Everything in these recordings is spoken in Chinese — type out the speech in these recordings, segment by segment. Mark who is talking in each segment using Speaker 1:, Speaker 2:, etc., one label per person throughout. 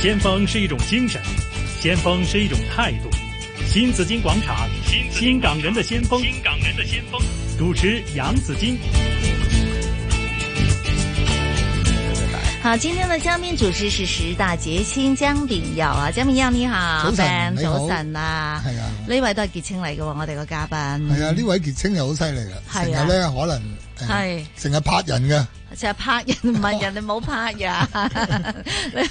Speaker 1: 先锋是一种精神，先锋是一种态度。新紫金广场，新新港人的先锋，新港人的先锋。主持杨紫金。
Speaker 2: 好，今天的嘉賓主持是十大傑青姜炳耀啊，姜炳耀你好，
Speaker 3: 早晨
Speaker 2: Ben，
Speaker 3: 你好
Speaker 2: 早晨啊，
Speaker 3: 係啊，
Speaker 2: 呢位都係傑青嚟嘅喎，我哋個嘉賓
Speaker 3: 係啊，呢位傑青又好犀利啦，
Speaker 2: 係啊
Speaker 3: 成日咧可能誒
Speaker 2: 係
Speaker 3: 成日拍人嘅，
Speaker 2: 成日拍人，唔係人哋冇拍 人，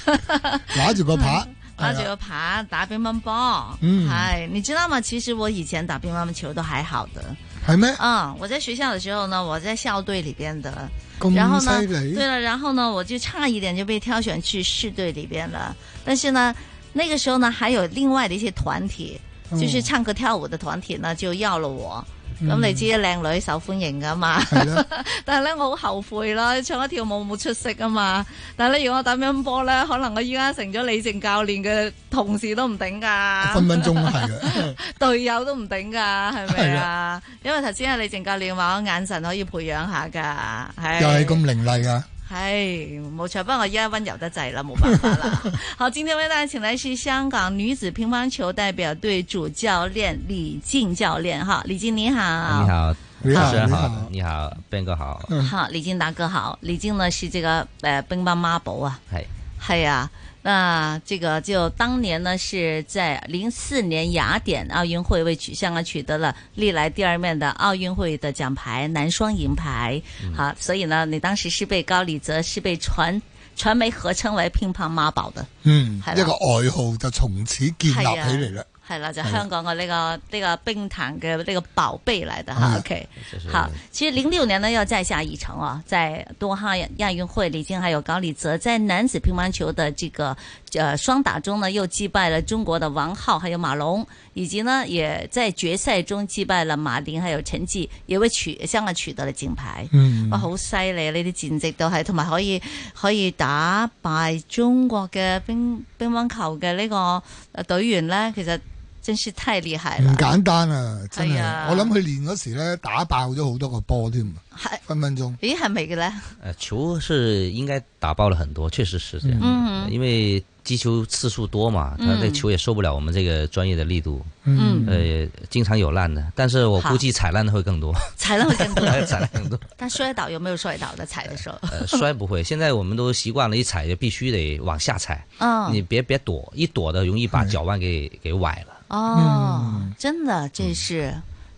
Speaker 3: 拿住個拍，
Speaker 2: 嗯拿住
Speaker 3: 係啊
Speaker 2: 個拍打乒乓波，
Speaker 3: 嗯
Speaker 2: 哎，你知道嗎？其實我以前打乒乓球都還好的，
Speaker 3: 係咩？
Speaker 2: 嗯，我在學校的時候呢，我在校隊裏邊的，然後
Speaker 3: 咁
Speaker 2: 呢，
Speaker 3: 犀 利
Speaker 2: 對，了，然後呢，我就差一點就被挑選去市队里边了。但是呢，那个时候呢，还有另外的一些团体，
Speaker 3: 哦
Speaker 2: 就是唱歌跳舞的团体呢，就要了我。
Speaker 3: 嗯
Speaker 2: 咁、你知靚女受歡迎噶嘛？
Speaker 3: 係啦，
Speaker 2: 但係咧，我好後悔啦，唱歌跳舞冇出息啊嘛。但係咧，如果我打乒乓波咧，可能我依家成咗李靜教練嘅同事都唔頂㗎。
Speaker 3: 分分鐘都係嘅，
Speaker 2: 隊友都唔頂㗎，係咪
Speaker 3: 係
Speaker 2: 啊？因為頭先阿李靜教練話我眼神可以培養下㗎，係
Speaker 3: 又係咁凌厲啊！
Speaker 2: 係冇錯。不過我依家温柔得滯啦，冇辦法啦。好，今天為大家請來是香港女子乒乓球代表隊主教練李靜教練哈，李啊靜你好，
Speaker 4: 你好，
Speaker 3: 你好
Speaker 4: 主持人
Speaker 3: 你好
Speaker 4: 好，你好，边个好？
Speaker 3: 嗯
Speaker 2: 好，李靜大哥好，李靜呢是這個呃乒乓孖寶啊，
Speaker 4: 系
Speaker 2: 係啊。那这个就当年呢是在零四年雅典奥运会为取香港取得了历来第二面的奥运会的奖牌，男双银牌。好、所以呢，你当时是被高礼泽是被传传媒合称为乒乓孖宝的，
Speaker 3: 嗯
Speaker 2: 係，啦
Speaker 3: 一個愛好就從此建立起
Speaker 2: 係啊
Speaker 3: 嚟啦。
Speaker 2: 系啦，就
Speaker 3: 係啦
Speaker 2: 香港嘅呢、个呢、个冰坛嘅呢个宝贝来的哈。
Speaker 3: 啊
Speaker 2: OK，
Speaker 4: 就是
Speaker 2: 好，其实零六年呢要再下一城啊，在多哈亚运会，李静还有高礼泽在男子乒乓球的这个呃双打中呢，又击败了中国的王浩还有马龙，以及呢也在决赛中击败了马林还有陈绩，也为取香港取得了金牌。
Speaker 3: 嗯，
Speaker 2: 哇，好犀利啊！呢啲戰績都係，同埋可以可以打敗中國嘅乒乒乓球嘅呢個呃隊員咧，其實真是太厲害
Speaker 3: 唔
Speaker 2: 啦！
Speaker 3: 簡單啊！真係
Speaker 2: 係啊，
Speaker 3: 我諗佢練嗰時咧打爆咗好多個波添，
Speaker 2: 係，
Speaker 3: 分分鐘。
Speaker 2: 咦係咪嘅咧？
Speaker 4: 呃，球是应该打爆了很多，确实是这样。
Speaker 2: 嗯
Speaker 4: 因为击球次数多嘛，他那
Speaker 2: 嗯
Speaker 4: 球也受不了我们这个专业的力度，
Speaker 2: 嗯，
Speaker 4: 呃，经常有烂的，但是我
Speaker 2: 好
Speaker 4: 估计踩烂的会更多，
Speaker 2: 踩得會更多。
Speaker 4: 踩烂更多。
Speaker 2: 但摔倒有没有摔倒的踩的時候？
Speaker 4: 呃，摔不会，现在我们都习惯了，一踩就必须得往下踩，
Speaker 2: 嗯，
Speaker 4: 你别别躲，一躲的容易
Speaker 3: 嗯
Speaker 4: 把脚腕给给崴了。
Speaker 2: 哦，
Speaker 4: 嗯
Speaker 2: 真的，这是、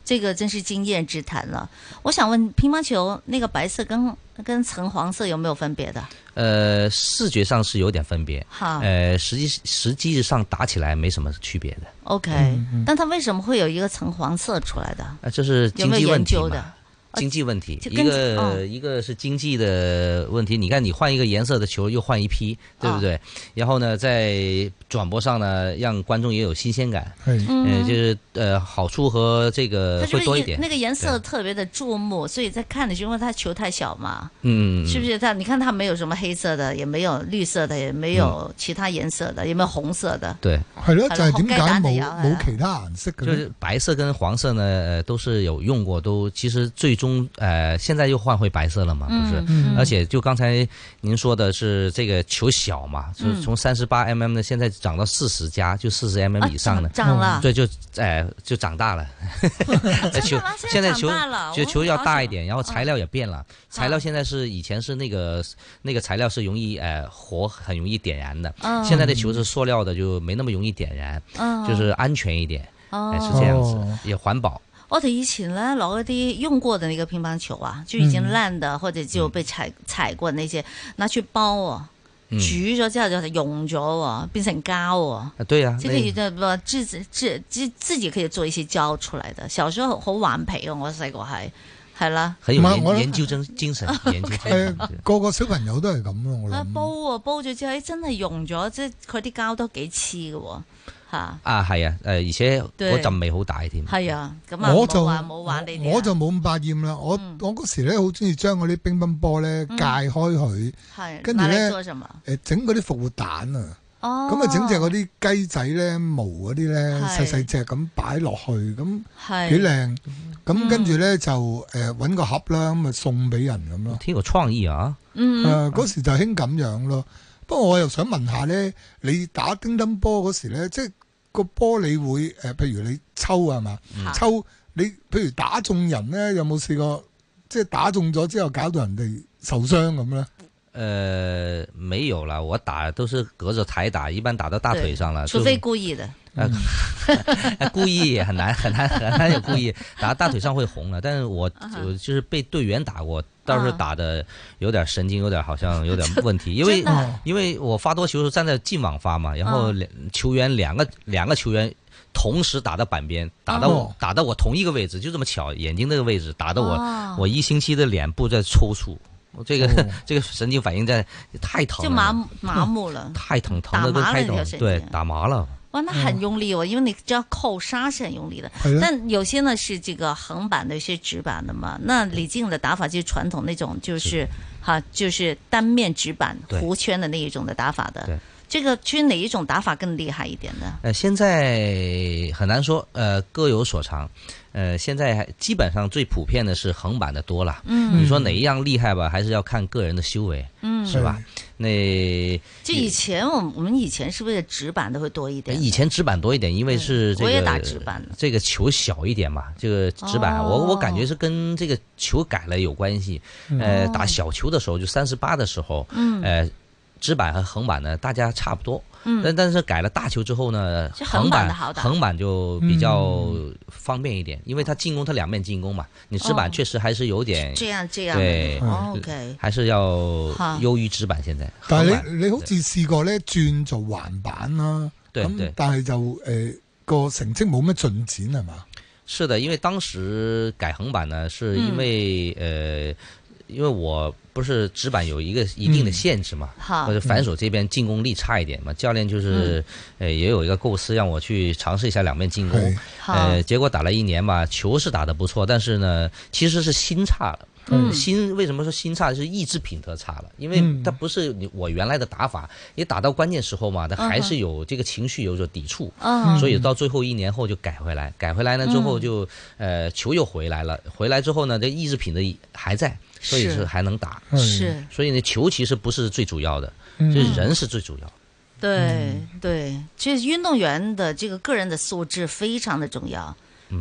Speaker 2: 这个真是经验之谈了。我想問乒乓球那個白色跟跟橙黃色有没有分別的？
Speaker 4: 呃，视觉上是有点分别，
Speaker 2: 哈、
Speaker 4: 呃，实际实际上打起来没什么区别的。
Speaker 2: o k
Speaker 4: 嗯
Speaker 2: 但它為什麼會有一個橙黃色出來的？
Speaker 4: 啊，这是
Speaker 2: 有
Speaker 4: 经
Speaker 2: 没
Speaker 4: 济
Speaker 2: 有研
Speaker 4: 问题
Speaker 2: 究
Speaker 4: 嘛？
Speaker 2: 的？呃
Speaker 4: 经济问题，
Speaker 2: 就
Speaker 4: 一
Speaker 2: 跟
Speaker 4: 个、
Speaker 2: 嗯
Speaker 4: 一个是经济的问题。你看，你换一个颜色的球，又换一批，对
Speaker 2: 啊
Speaker 4: 不对？然后呢，在转播上呢，让观众也有新鲜感。
Speaker 3: 係
Speaker 4: 嗯、就是呃，好处和这
Speaker 2: 它
Speaker 4: 个
Speaker 2: 就
Speaker 4: 呃会
Speaker 2: 是
Speaker 4: 多一
Speaker 2: 颜
Speaker 4: 点。
Speaker 2: 那个颜色特别的注目，所以在看的时候，因为它球太小嘛，
Speaker 4: 嗯，
Speaker 2: 是不
Speaker 4: 是？
Speaker 2: 是它？你看它没有什么黑色的，也没有绿色的，也没有
Speaker 4: 嗯
Speaker 2: 其他颜色的，也没有紅色的。
Speaker 4: 对，
Speaker 3: 係咯，就係點解
Speaker 2: 好雞蛋就
Speaker 3: 冇
Speaker 2: 有係啊
Speaker 3: 冇其他顏色嘅
Speaker 4: 就
Speaker 3: 咧？
Speaker 4: 是白色跟黄色呢，呃，都是有用过，都其实最终呃，现在又换回白色了嘛，不是？
Speaker 2: 嗯
Speaker 4: 而且就刚才您说的是这个球小嘛，
Speaker 2: 嗯
Speaker 4: 就是从三十八 mm 的现在涨到四十加，就四十 mm 以上的
Speaker 2: 啊、。涨涨了，
Speaker 4: 对，就哎、就长 大了。
Speaker 2: 真
Speaker 4: 球
Speaker 2: 的吗？
Speaker 4: 现在
Speaker 2: 长
Speaker 4: 球
Speaker 2: 大了
Speaker 4: 就
Speaker 2: 我
Speaker 4: 球
Speaker 2: 很
Speaker 4: 要
Speaker 2: 好
Speaker 4: 大
Speaker 2: 奇
Speaker 4: 一点，然后材料也变
Speaker 2: 啊
Speaker 4: 了。材料现在是以前是那个那个材料是容易呃火很容易点燃的，
Speaker 2: 嗯
Speaker 4: 现在的球是塑料的，就没那么容易点燃，
Speaker 2: 嗯
Speaker 4: 就是安全一点，哎、是
Speaker 2: 哦，
Speaker 4: 这样子，
Speaker 3: 哦
Speaker 4: 也环保。
Speaker 2: 我哋以前呢攞一啲用过的那个乒乓球啊，就已
Speaker 4: 嗯
Speaker 2: 经烂的、或者就被踩踩过那些，拿去包啊，
Speaker 4: 嗯，
Speaker 2: 煮咗之后就溶咗喎，变成胶哦喎。
Speaker 4: 啊对呀、
Speaker 2: 这个
Speaker 4: 那
Speaker 2: 也叫不自自自自自己可以做一些胶出来的。小时候好顽皮哦嘅，我细个系系啦，
Speaker 4: 很有
Speaker 3: 唔係我哎
Speaker 4: 研研究精 精神，研究精神。
Speaker 3: 誒
Speaker 4: 对
Speaker 3: 個個小朋友都係咁咯，
Speaker 4: 嗯
Speaker 3: 我
Speaker 2: 啊
Speaker 3: 諗。
Speaker 2: 煲啊煲咗之后，咦真系溶咗，即系佢啲胶都几黐嘅喎，吓
Speaker 4: 啊，系啊，诶，而且
Speaker 2: 對
Speaker 4: 嗰陣味好大添。
Speaker 2: 系啊，咁啊
Speaker 3: 我就
Speaker 2: 冇玩冇玩呢啲啊，
Speaker 3: 我就冇咁百厭啦。我
Speaker 2: 嗯
Speaker 3: 我嗰時咧好中意將嗰啲乒乓波咧界開佢，
Speaker 2: 系
Speaker 3: 跟住
Speaker 2: 拿嚟
Speaker 3: 呢
Speaker 2: 做什么？
Speaker 3: 誒整嗰啲復活蛋啊，
Speaker 2: 哦，
Speaker 3: 咁啊整隻嗰啲雞仔咧毛嗰啲咧
Speaker 2: 係
Speaker 3: 細細隻咁擺落去，咁幾
Speaker 2: 系
Speaker 3: 靚。
Speaker 2: 嗯
Speaker 3: 咁跟住咧就誒揾個盒啦，咁啊送俾人咁咯。
Speaker 4: 挺有創意啊！
Speaker 3: 呃
Speaker 2: 嗯
Speaker 3: 誒嗰時就興咁樣咯。不過我又想問下咧，你打乒乓波嗰時咧，即係個波你會誒、呃譬如你抽啊係嘛
Speaker 2: 嗯，
Speaker 3: 抽你譬如打中人咧，有冇試過即係打中咗之後搞到人哋受傷咁咧？
Speaker 4: 呃，没有了，我打都是隔着台打，一般打到大腿上了，
Speaker 2: 嗯除
Speaker 4: 就哎
Speaker 2: 非故意的，
Speaker 4: 故意也很 难很难很难有故意打到大腿上会红了。但是我我就是被队员打过，倒是
Speaker 2: 啊
Speaker 4: 打的有点神经，有点好像有点问 题，因为
Speaker 2: 真的啊
Speaker 3: 哦
Speaker 4: 因为我发多球是站在近网发嘛，然后两球员两个两个球员同时打到板边，打到我
Speaker 3: 哦
Speaker 4: 打到我同一个位置，就这么巧，眼睛那个位置打到我，
Speaker 2: 哦
Speaker 4: 我一星期的脸部在抽搐，我这个
Speaker 3: 哦
Speaker 4: 这个神经反应在太疼
Speaker 2: 就
Speaker 4: 了，嗯
Speaker 2: 麻木麻木了。
Speaker 4: 太疼疼
Speaker 2: 打
Speaker 4: 的跟
Speaker 2: 麻了
Speaker 4: 开
Speaker 2: 那
Speaker 4: 膛
Speaker 2: 条神
Speaker 4: 对
Speaker 2: 经
Speaker 4: 打麻了，
Speaker 2: 哇，那很用力哦，因为你只要扣杀是很用力的。
Speaker 3: 係
Speaker 4: 嗯
Speaker 3: 咧，
Speaker 2: 但有些呢是这个横板的，有些直板的嘛。那李静的打法就是传统那种，就是哈、就是单面直板
Speaker 4: 对
Speaker 2: 弧圈的那一种的打法的
Speaker 4: 对。
Speaker 2: 这个其实哪一种打法更厉害一点呢？
Speaker 4: 呃，现在很难说，呃，各有所长，呃，现在还基本上最普遍的是横版的多了。
Speaker 2: 嗯，
Speaker 4: 你说哪一样厉害吧，还是要看个人的修为，
Speaker 2: 嗯
Speaker 4: 是吧？那
Speaker 2: 就以前我们我们以前是不是直板的会多一点？
Speaker 4: 以前纸板多一点，因为是这
Speaker 2: 我
Speaker 4: 个
Speaker 2: 也打直板的，
Speaker 4: 这个球小一点嘛，这个纸板，啊
Speaker 2: 哦
Speaker 4: 我我感觉是跟这个球改了有关系。呃
Speaker 2: 哦，
Speaker 4: 打小球的时候，就三十八的时候，
Speaker 2: 嗯
Speaker 4: 呃，纸板和横板呢，大家差不多。
Speaker 2: 嗯
Speaker 4: 但但是改了大球之后呢，
Speaker 2: 就
Speaker 4: 横
Speaker 2: 横板
Speaker 4: 板
Speaker 2: 的好打
Speaker 4: 横板就比较
Speaker 3: 嗯
Speaker 4: 方便一点，因为它进攻它两面进攻嘛，你直板
Speaker 2: 哦
Speaker 4: 确实还是有点，
Speaker 2: 这样这样
Speaker 4: 哎对
Speaker 2: 哦，OK，
Speaker 4: 还是要
Speaker 2: 好
Speaker 4: 优于直板现在。
Speaker 3: 但
Speaker 4: 横
Speaker 3: 係
Speaker 4: 板
Speaker 3: 你你好似試過咧轉做橫板啦，
Speaker 4: 对
Speaker 3: 咁
Speaker 4: 对
Speaker 3: 但係就誒個、成績冇乜進展係嘛？
Speaker 4: 是的，因为当时改横板呢，是因为
Speaker 2: 嗯
Speaker 4: 呃，因为我不是直板有一个一定的限制嘛，
Speaker 2: 嗯好嗯
Speaker 4: 或，者反手这边进攻力差一点嘛，教练就是呃也有一个构思让我去尝试一下两面进攻。
Speaker 3: 係
Speaker 2: 好，
Speaker 4: 呃，结果打了一年吧，球是打得不错，但是呢，其实是心差了。
Speaker 2: 嗯
Speaker 4: 心为什么说心差？是意志品德差了，因为
Speaker 3: 嗯
Speaker 4: 它不是你我原来的打法，也打到关键时候嘛，它还是有这个情绪有所抵触，
Speaker 2: 嗯，
Speaker 4: 所以到最后一年后就改回来，改回来呢之后就、呃球又回来了，回来之后呢，这意志品德还在，所以
Speaker 2: 是
Speaker 4: 是还能打。
Speaker 3: 係
Speaker 2: 是
Speaker 4: 所以呢，球其实不是最主要的，
Speaker 3: 嗯
Speaker 4: 就是人是最主要的。
Speaker 2: 对
Speaker 4: 嗯
Speaker 2: 对，这运动员的这个个人的素质非常的重要。
Speaker 4: 嗯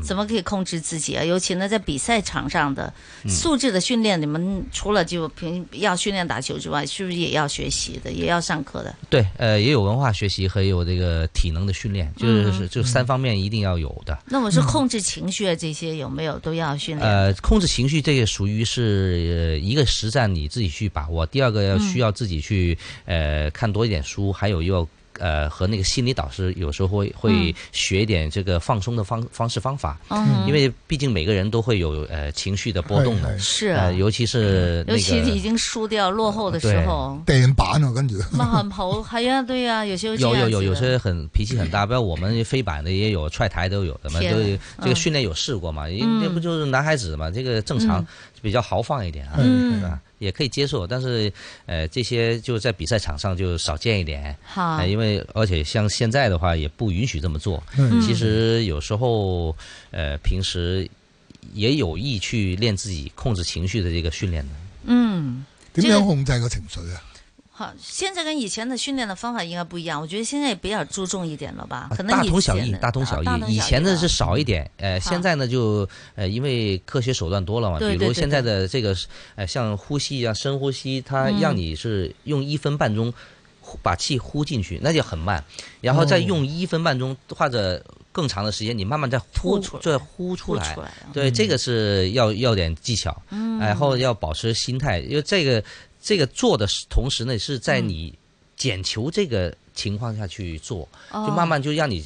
Speaker 2: 怎么可以控制自己啊？尤其呢，在比赛场上的
Speaker 4: 嗯
Speaker 2: 素质的训练，你们除了就平要训练打球之外，是不是也要学习的，也要上课的？
Speaker 4: 对，呃，也有文化学习和也有这个体能的训练，
Speaker 2: 嗯
Speaker 4: 就是就三方面一定要有的。
Speaker 2: 那我说控制情绪啊，这些有没有都要训练？
Speaker 4: 嗯呃，控制情绪这个属于是、呃、一个实战你自己去把握，第二个要需要自己去、呃看多一点书，还有要。呃，和那个心理导师有时候会会
Speaker 2: 嗯
Speaker 4: 学一点这个放松的方方式方法，
Speaker 2: 嗯，
Speaker 4: 因为毕竟每个人都会有呃情绪的波动的，
Speaker 3: 係
Speaker 2: 是啊
Speaker 4: 呃，，尤其是那
Speaker 2: 尤其已
Speaker 4: 个
Speaker 2: 经输掉落后的时候，
Speaker 3: 掟板啊，跟住
Speaker 2: 那很好，系啊，对呀，有些会这
Speaker 4: 有
Speaker 2: 样
Speaker 4: 有有
Speaker 2: 子
Speaker 4: 有
Speaker 2: 的
Speaker 4: 些很脾气很大，不要我们飞板的也有，踹台都有的嘛，
Speaker 2: 天
Speaker 4: 都有这个
Speaker 2: 嗯
Speaker 4: 训练有试过嘛，因
Speaker 2: 嗯
Speaker 4: 这不就是男孩子嘛，这个正常比较豪放一点啊，
Speaker 2: 嗯
Speaker 4: 是吧？也可以接受，但是呃，这些就在比赛场上就少见一点，
Speaker 2: 好
Speaker 4: 呃，因为而且像现在的话也不允许这么做。
Speaker 3: 嗯
Speaker 4: 其实有时候呃，平时也有意去练自己控制情绪的这个训练的。
Speaker 2: 嗯。
Speaker 3: 點
Speaker 2: 即係
Speaker 3: 樣控制個情緒啊？
Speaker 2: 好，现在跟以前的训练的方法应该不一样，我觉得现在也比较注重一点了吧
Speaker 4: 啊，
Speaker 2: 可能
Speaker 4: 大
Speaker 2: 以
Speaker 4: 同小
Speaker 2: 前
Speaker 4: 异，
Speaker 2: 的
Speaker 4: 大同小
Speaker 2: 啊
Speaker 4: 异。以前的
Speaker 2: 的
Speaker 4: 是少一点，呃，
Speaker 2: 好
Speaker 4: 现在呢就呃，因为科学手段多了嘛，
Speaker 2: 对
Speaker 4: 比
Speaker 2: 对
Speaker 4: 如
Speaker 2: 对
Speaker 4: 现在的这个呃，像呼吸啊，深呼吸，它
Speaker 2: 嗯
Speaker 4: 让你是用一分半钟呼把气呼进去，那就很慢，然后再用一分半钟或者更长的时间，你慢慢再呼
Speaker 2: 哦呼出来
Speaker 4: 再呼出
Speaker 2: 吐
Speaker 4: 来
Speaker 2: 出。来啊，
Speaker 4: 对，这个是要要点技巧，
Speaker 2: 嗯
Speaker 4: 然后要保持心态，因为这个这个做的时同时呢，是在
Speaker 2: 嗯
Speaker 4: 你捡球这个情况下去做，
Speaker 2: 就
Speaker 4: 就慢慢就让你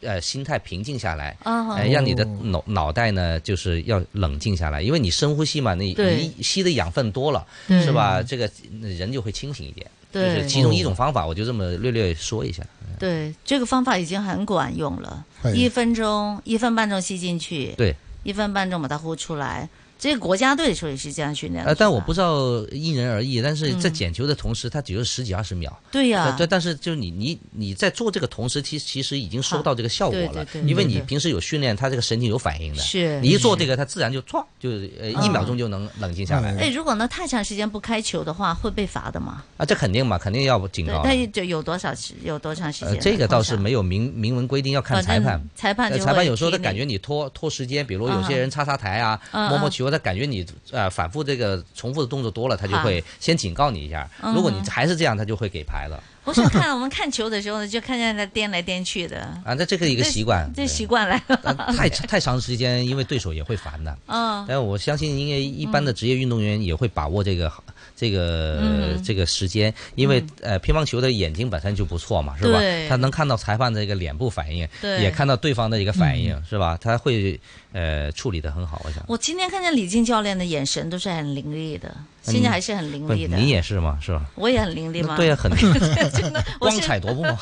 Speaker 4: 呃心态平静下来。
Speaker 2: 啊，
Speaker 4: 哎，让你的脑脑袋呢，就是要冷静下来，因为你深呼吸嘛，你
Speaker 2: 对
Speaker 4: 你吸的养分多了，
Speaker 2: 对
Speaker 4: 是吧？这个人就会清醒一点。就
Speaker 2: 对
Speaker 4: 是其中一种方法，我就这么略略说一下。
Speaker 2: 对，这个方法已经很管用了，
Speaker 3: 係
Speaker 2: 一分钟、一分半钟吸进去，
Speaker 4: 对，
Speaker 2: 一分半钟把它呼出来。这个国家队的时候也是这样训练的。
Speaker 4: 呃，但
Speaker 2: 是
Speaker 4: 我
Speaker 2: 吧
Speaker 4: 不知道因人而异，但是在
Speaker 2: 嗯啊
Speaker 4: 捡球的同时，它只有十几二十秒。
Speaker 2: 对呀、
Speaker 4: 呃对，但是就是你你你在做这个同时，其其实已经收到这个效果
Speaker 2: 对
Speaker 4: 了
Speaker 2: 对，对
Speaker 4: 因
Speaker 2: 对
Speaker 4: 为你
Speaker 2: 对
Speaker 4: 平时有训练，它这个神经有反应的。
Speaker 2: 是
Speaker 4: 你一做这个，它自然就唰，就呃一秒
Speaker 2: 嗯
Speaker 4: 钟就能冷静下来
Speaker 3: 嗯
Speaker 2: 哎，如果呢太长时间不开球的话，会被罚的嘛？
Speaker 4: 啊，这肯定嘛，肯定要警
Speaker 2: 对
Speaker 4: 告，的。
Speaker 2: 但就有多少时有多长时间
Speaker 4: 呃，
Speaker 2: 呢？
Speaker 4: 这个倒是
Speaker 2: 通常
Speaker 4: 没有明明文规定，要看
Speaker 2: 反
Speaker 4: 裁
Speaker 2: 正
Speaker 4: 判。
Speaker 2: 裁判
Speaker 4: 呃
Speaker 2: 哦就
Speaker 4: 裁判
Speaker 2: 会
Speaker 4: 有时候
Speaker 2: 踢
Speaker 4: 他感觉你拖拖时间，比如有些人擦擦台啊、
Speaker 2: 嗯
Speaker 4: 摸摸球，他感觉你呃反复这个重复的动作多了，他就
Speaker 2: 好
Speaker 4: 会先警告你一下。
Speaker 2: 嗯
Speaker 4: 如果你还是这样，他就会给牌了。
Speaker 2: 不是看我们看球的时候呢，就看见他颠来颠去 的，
Speaker 4: 啊，那这个一个
Speaker 2: 这
Speaker 4: 习惯，
Speaker 2: 这
Speaker 4: 对
Speaker 2: 习惯来了。
Speaker 4: 但太太长时间，因为对手也会烦的。
Speaker 2: 嗯，
Speaker 4: 但我相信，应该一般的职业运动员也会把握这个这个
Speaker 2: 嗯
Speaker 4: 这个时间，因为呃，乒乓球的眼睛本身就不错嘛，是吧
Speaker 2: 对？
Speaker 4: 他能看到裁判的一个脸部反应，
Speaker 2: 对嗯
Speaker 4: 也看到对方的一个反应，是吧？他会呃处理的很好，我想。
Speaker 2: 我今天看见李静教练的眼神都是很凌厉的，现在还是很凌
Speaker 4: 嗯不
Speaker 2: 厉的。
Speaker 4: 你也是嘛，是吧？
Speaker 2: 我也很凌厉吗？
Speaker 4: 对呀，啊 很
Speaker 2: 真的，我
Speaker 4: 光
Speaker 2: 是
Speaker 4: 彩夺目嘛。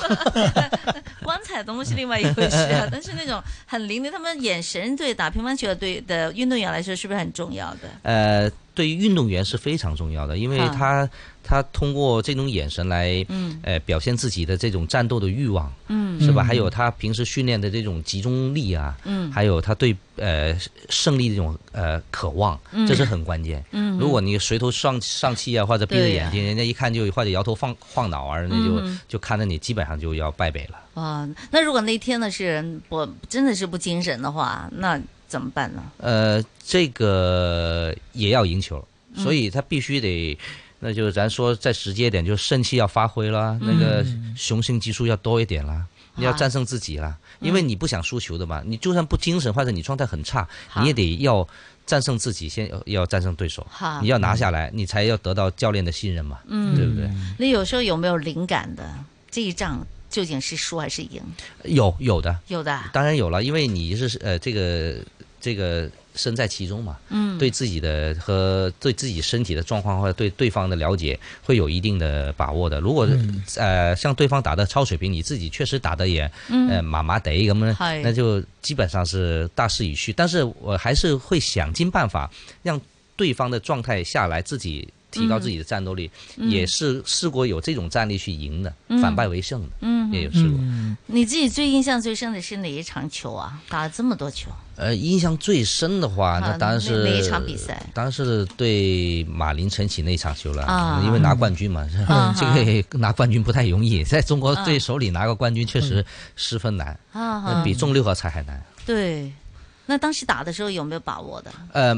Speaker 2: 光彩的东西是另外一回事 啊。但是那种很凌厉，他们眼神对打乒乓球的对的运动员来说是不是很重要的？
Speaker 4: 呃，对于运动员是非常重要的，因为
Speaker 2: 啊
Speaker 4: 他他通过这种眼神来
Speaker 2: 嗯
Speaker 4: 呃表现自己的这种战斗的欲望，
Speaker 2: 嗯
Speaker 4: 是吧？
Speaker 3: 嗯
Speaker 4: 还有他平时训练的这种集中力啊，
Speaker 2: 嗯
Speaker 4: 还有他对呃胜利的这种呃渴望，这是很关键。
Speaker 2: 嗯，
Speaker 4: 如果你垂头丧丧气啊，或者闭着
Speaker 2: 对呀
Speaker 4: 眼睛，人家一看就或者摇头晃晃脑啊，人家就、
Speaker 2: 嗯
Speaker 4: 就看着你基本上就要败北了。
Speaker 2: 哇，嗯那如果那天呢是我真的是不精神的话，那怎么办呢？
Speaker 4: 呃，这个也要赢球，
Speaker 2: 嗯
Speaker 4: 所以他必须得，那就咱说再直接一点，就是肾气要发挥啦，那个雄性激素要多一点啦。你要
Speaker 2: 嗯好嗯
Speaker 4: 战胜自己啦，因为你不想输球的嘛。你就算不精神或者你状态很差，你也得要战胜自己，先要要战胜对手，
Speaker 2: 好
Speaker 4: 你，要拿下来，你才要得到教练的信任嘛，对
Speaker 2: 嗯，
Speaker 4: 不对？
Speaker 2: 你有时候有没有灵感的这一仗究竟是输还是赢？
Speaker 4: 有有的，
Speaker 2: 有的啊，
Speaker 4: 当然有了，因为你是呃这个这个身在其中嘛，
Speaker 2: 嗯，
Speaker 4: 对自己的和对自己身体的状况或者对对方的了解会有一定的把握的。如果、呃像对方打的超水平，你自己确实打的也、呃麻麻得咁呢
Speaker 2: 係，
Speaker 4: 那就基本上是大势已去。但是我还是会想尽办法让对方的状态下来，自己提高自己的战斗力，也是试过有这种战力去赢的，反败为胜的，
Speaker 2: 嗯，
Speaker 4: 也有试过。
Speaker 2: 你自己最印象最深的是哪一场球啊？打了这么多球，
Speaker 4: 呃，印象最深的话，
Speaker 2: 啊
Speaker 4: 那当然
Speaker 2: 哪
Speaker 4: 是
Speaker 2: 哪一场比赛
Speaker 4: 当然是对马林晨起那一场球了，
Speaker 2: 啊
Speaker 4: 因为拿冠军嘛，
Speaker 2: 啊
Speaker 4: 这个拿冠军不太容易， 在中国队手里拿个冠军确实
Speaker 2: 嗯
Speaker 4: 十分难，
Speaker 2: 啊
Speaker 4: 那
Speaker 2: 哈，
Speaker 4: 比中六合彩还难。
Speaker 2: 对，那当时打的时候有没有把握的？
Speaker 4: 呃，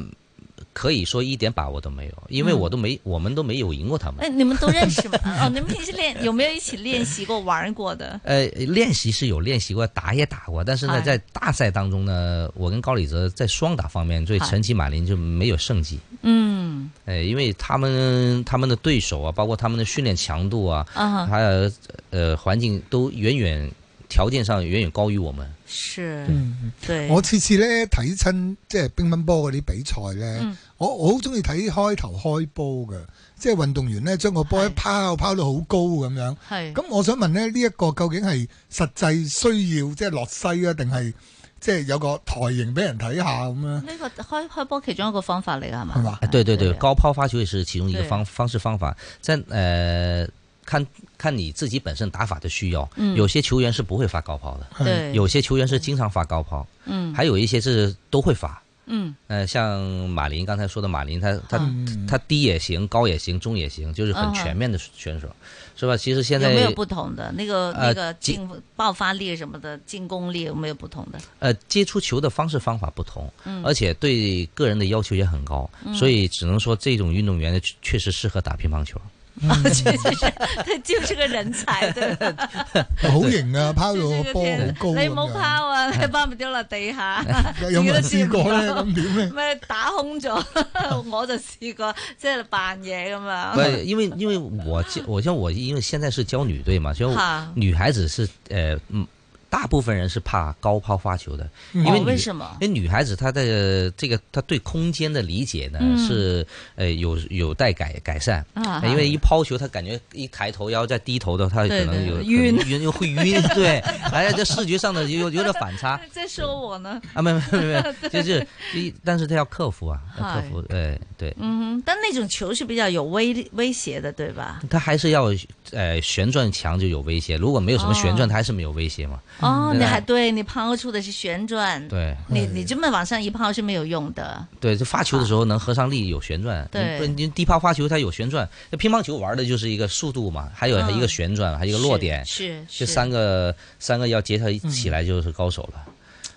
Speaker 4: 可以说一点把握都没有，因为我都
Speaker 2: 嗯
Speaker 4: 没，我们都没有赢过他们。
Speaker 2: 哎，你们都认 识吗？哦，你们平时练有没有一起练习过、玩过的？
Speaker 4: 呃，练习是有练习过，打也打过，但是呢，
Speaker 2: 哎
Speaker 4: 在大赛当中呢，我跟高礼泽在双打方面对
Speaker 2: 哎
Speaker 4: 陈奇马林就没有胜绩。
Speaker 2: 嗯，
Speaker 4: 呃，因为他们他们的对手啊，包括他们的训练强度啊，
Speaker 2: 啊哈，
Speaker 4: 还有呃环境都远远条件上远远高于我们。
Speaker 2: 是，
Speaker 3: 嗯
Speaker 2: 对，
Speaker 3: 我次次咧睇親即係乒乓波嗰啲比賽咧，
Speaker 2: 嗯
Speaker 3: 我我好中意睇開頭開波嘅，即係運動員咧將個波一
Speaker 2: 係
Speaker 3: 拋拋到好高咁樣。
Speaker 2: 係
Speaker 3: 咁我想問咧，呢、一個究竟係實際需要即係落西啊，定係即係有個台型俾人睇下咁樣？
Speaker 2: 呢個開開波其中一個方法嚟㗎係嘛？
Speaker 3: 係嘛
Speaker 4: 啊，对对对，
Speaker 2: 啊
Speaker 4: 高抛发球也是其中一个
Speaker 2: 对
Speaker 4: 方方式方法，在呃看看你自己本身打法的需要，
Speaker 2: 嗯
Speaker 4: 有些球员是不会发高抛的，
Speaker 2: 对，
Speaker 4: 有些球员是经常发高抛，
Speaker 2: 嗯
Speaker 4: 还有一些是都会发。
Speaker 2: 嗯
Speaker 4: 呃，像马林刚才说的马林，他他
Speaker 2: 嗯
Speaker 4: 他低也行，高也行，中也行，就是
Speaker 2: 嗯
Speaker 4: 很
Speaker 2: 哼
Speaker 4: 全面的选手，是吧？其实现
Speaker 2: 有
Speaker 4: 在
Speaker 2: 没有不同的那个那
Speaker 4: 呃
Speaker 2: 个
Speaker 4: 进
Speaker 2: 进爆发力什么的，进攻力有没有不同的？
Speaker 4: 呃，接触球的方式方法不同，
Speaker 2: 嗯
Speaker 4: 而且对个人的要求也很高，所以只能说这种运动员确确实适合打乒乓球。
Speaker 3: 嗯
Speaker 2: 确实是，他就是个人才，對吧
Speaker 3: 好型 啊！拋
Speaker 2: 就
Speaker 3: 到
Speaker 2: 是個
Speaker 3: 個波好
Speaker 2: 天
Speaker 3: 高
Speaker 2: 你冇
Speaker 3: 咁
Speaker 2: 拋
Speaker 3: 樣
Speaker 2: 啊，你拋咪掉落地 下。
Speaker 3: 有有冇人試過
Speaker 2: 自己
Speaker 3: 咧？
Speaker 2: 都
Speaker 3: 咁 點咧？
Speaker 2: 咪打空咗， 我就試過即係扮嘢咁
Speaker 4: 不
Speaker 2: 啊，，
Speaker 4: 因为因为我教我像我，因为现在是教女队嘛，所以我
Speaker 2: 哈
Speaker 4: 女孩子是呃嗯大部分人是怕高抛发球的，
Speaker 3: 嗯
Speaker 4: 因为
Speaker 2: 哦
Speaker 4: 女
Speaker 2: 为什么
Speaker 4: 因？为女孩子她的这个她对空间的理解呢、
Speaker 2: 嗯
Speaker 4: 是呃有有待改改善。
Speaker 2: 啊，
Speaker 4: 因为一抛球，她感觉一抬头，然后再低头的，她
Speaker 2: 对
Speaker 4: 可能
Speaker 2: 对
Speaker 4: 有可能
Speaker 2: 晕
Speaker 4: 晕又会晕， 对，哎呀，这视觉上的有有点反差
Speaker 2: 在说我呢，
Speaker 4: 啊，没没没 没，就是一，但是她要克服啊，要克
Speaker 2: 嗨
Speaker 4: 服，对对，
Speaker 2: 嗯，但那种球是比较有威力威胁的，对吧？
Speaker 4: 她还是要呃旋转强就有威胁，如果没有什么旋
Speaker 2: 哦
Speaker 4: 转，她还是没有威胁嘛，
Speaker 2: 哦，
Speaker 4: 对
Speaker 2: 你还对你抛出的是旋转，
Speaker 4: 对。
Speaker 2: 你
Speaker 3: 嗯
Speaker 2: 你这么往上一抛是没有用的。
Speaker 4: 对，就发球的时候能合上力，有旋转。
Speaker 2: 对
Speaker 4: 不，你低抛发球它有旋转。那乒乓球玩的就是一个速度嘛，还有
Speaker 2: 嗯
Speaker 4: 一个旋转，还有一个落点，
Speaker 2: 是是嗯
Speaker 4: 这三个三个要结合起来就是高手了。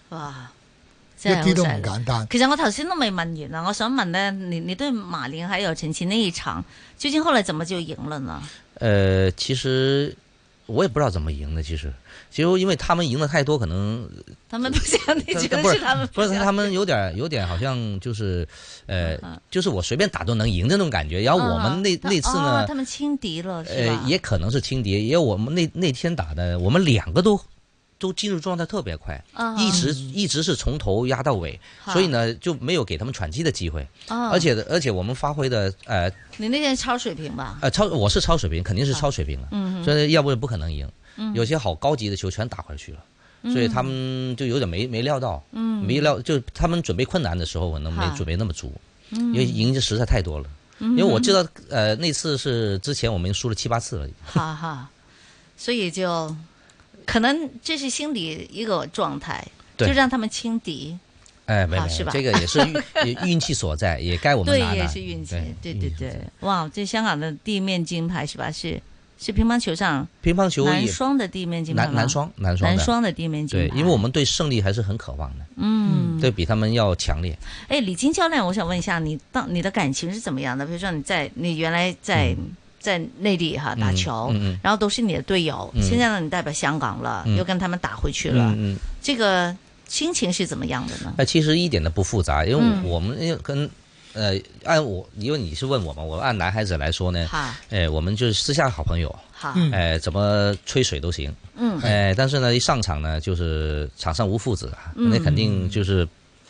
Speaker 2: 哇，
Speaker 3: 一
Speaker 2: 啊真係好
Speaker 3: 啲都
Speaker 2: 犀
Speaker 3: 唔
Speaker 2: 利
Speaker 3: 簡單。
Speaker 2: 其實我頭先都未問完啦，啊我想問呢，你你對馬林還有陳琦那一場，究竟後來怎麼就贏了呢？
Speaker 4: 呃，其实我也不知道怎么赢的，其实。其实因为他们赢的太多，可能
Speaker 2: 他們不想，你覺得
Speaker 4: 不
Speaker 2: 是
Speaker 4: 是
Speaker 2: 他們
Speaker 4: 不是
Speaker 2: 想
Speaker 4: 他们有点有点好像就是，呃
Speaker 2: 嗯，
Speaker 4: 就是我随便打都能赢的那种感觉。然后我们那
Speaker 2: 嗯
Speaker 4: 那次
Speaker 2: 哦
Speaker 4: 呢，
Speaker 2: 他們輕敵了，是
Speaker 4: 呃
Speaker 2: 吧？，
Speaker 4: 也可能是轻敌，也有我们那那天打的，我们两个都都进入状态特别快，
Speaker 2: 嗯
Speaker 4: 一直一直是从头压到尾，
Speaker 2: 好
Speaker 4: 所以呢就没有给他们喘气的机会，
Speaker 2: 哦
Speaker 4: 而且而且我们发挥的呃
Speaker 2: 你那天超水平吧？
Speaker 4: 呃超我是超水平，肯定是超水平了，
Speaker 2: 嗯
Speaker 4: 所以要不然不可能赢，有些好高级的球全打回去了。
Speaker 2: 嗯
Speaker 4: 所以他们就有点没没料到，嗯，没料就他们准备困难的时候，可能没
Speaker 2: 好
Speaker 4: 准备那么足，
Speaker 2: 嗯
Speaker 4: 因为赢的实在太多了。因为我知道，呃，那次是之前我们输了七八次了，
Speaker 2: 哈哈，所以就可能这是心理一个状态，就
Speaker 4: 对
Speaker 2: 让他们轻敌，
Speaker 4: 哎，没
Speaker 2: 啊
Speaker 4: 没，
Speaker 2: 是吧
Speaker 4: 这个也是运 也运气所在，也该我们
Speaker 2: 对，
Speaker 4: 拿拿。
Speaker 2: 也是运气，对对
Speaker 4: 运气
Speaker 2: 对。哇，这香港的地面金牌是吧？是是乒乓球上
Speaker 4: 乒乓球
Speaker 2: 男
Speaker 4: 也
Speaker 2: 双的地面金牌
Speaker 4: 男
Speaker 2: 吗
Speaker 4: 男双男双
Speaker 2: 男
Speaker 4: 的，
Speaker 2: 双的啊地面金
Speaker 4: 对
Speaker 2: 牌，，
Speaker 4: 因为我们对胜利还是很渴望的，
Speaker 2: 嗯，
Speaker 4: 对比他们要强烈。
Speaker 2: 哎，李金教练，我想问一下，你当你的感情是怎么样的？比如说你在你原来在、在内地哈打
Speaker 4: 嗯
Speaker 2: 球。
Speaker 4: 嗯
Speaker 2: 然后都是你的队友，
Speaker 4: 嗯
Speaker 2: 现在呢你代表香港了，
Speaker 4: 嗯
Speaker 2: 又跟他们打回去
Speaker 4: 嗯
Speaker 2: 了，
Speaker 4: 嗯嗯，
Speaker 2: 这个心情是怎么样的呢？
Speaker 4: 那其实一点都不复杂，因
Speaker 2: 嗯
Speaker 4: 为我们因为跟呃按我，因为你是问我嘛，我按男孩子来说呢，
Speaker 2: 哈
Speaker 4: 哎，我们就是私下好朋友，
Speaker 2: 哈，
Speaker 3: 嗯
Speaker 4: 哎，怎么吹水都行，
Speaker 2: 嗯
Speaker 4: 哎，但是呢，一上场呢，就是场上无父子啊，那肯定就是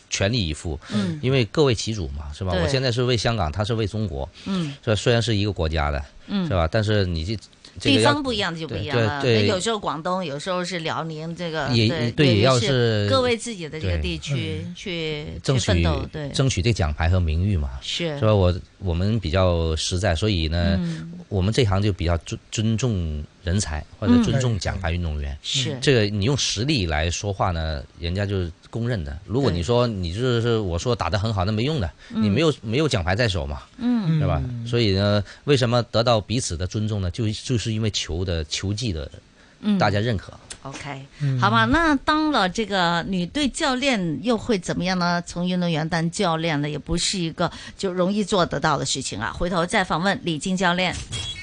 Speaker 4: 全力以赴，
Speaker 2: 嗯
Speaker 4: 因为各为其主嘛，是吧？
Speaker 2: 对
Speaker 4: 我现在是为香港，他是为中国，
Speaker 2: 嗯
Speaker 4: 是吧？虽然是一个国家的，
Speaker 2: 嗯
Speaker 4: 是，吧？但是你这这个
Speaker 2: 地
Speaker 4: 要
Speaker 2: 方不一样的就不一样
Speaker 4: 对
Speaker 2: 了。哎
Speaker 4: 对对
Speaker 2: 有时候广东，有时候是辽宁，这个
Speaker 4: 也
Speaker 2: 对，
Speaker 4: 也要
Speaker 2: 是
Speaker 4: 是
Speaker 2: 各为自己的这个
Speaker 4: 对
Speaker 2: 地区去
Speaker 4: 争
Speaker 2: 去奋
Speaker 4: 取
Speaker 2: 斗，对，
Speaker 4: 争取这奖牌和名誉嘛，
Speaker 2: 是
Speaker 4: 是吧？我我们比较实在，所以呢，
Speaker 2: 嗯
Speaker 4: 我们这行就比较尊尊重人才或者
Speaker 2: 嗯
Speaker 4: 尊重奖牌运动员。
Speaker 2: 是
Speaker 4: 这个你用实力来说话呢，人家就是公认的。如果
Speaker 2: 对
Speaker 4: 你说你就是我说打得很好，那没用的，你没有没有奖牌在手嘛，
Speaker 2: 嗯
Speaker 4: 对吧？所以呢，为什么得到彼此的尊重呢？就就是因为球的球技的
Speaker 2: 嗯，
Speaker 4: 大家嗯认可。
Speaker 2: OK，好吧。那当了这个女队教练又会怎么样呢？从运动员当教练呢，也不是一个就容易做得到的事情啊。回头再访问李静教练。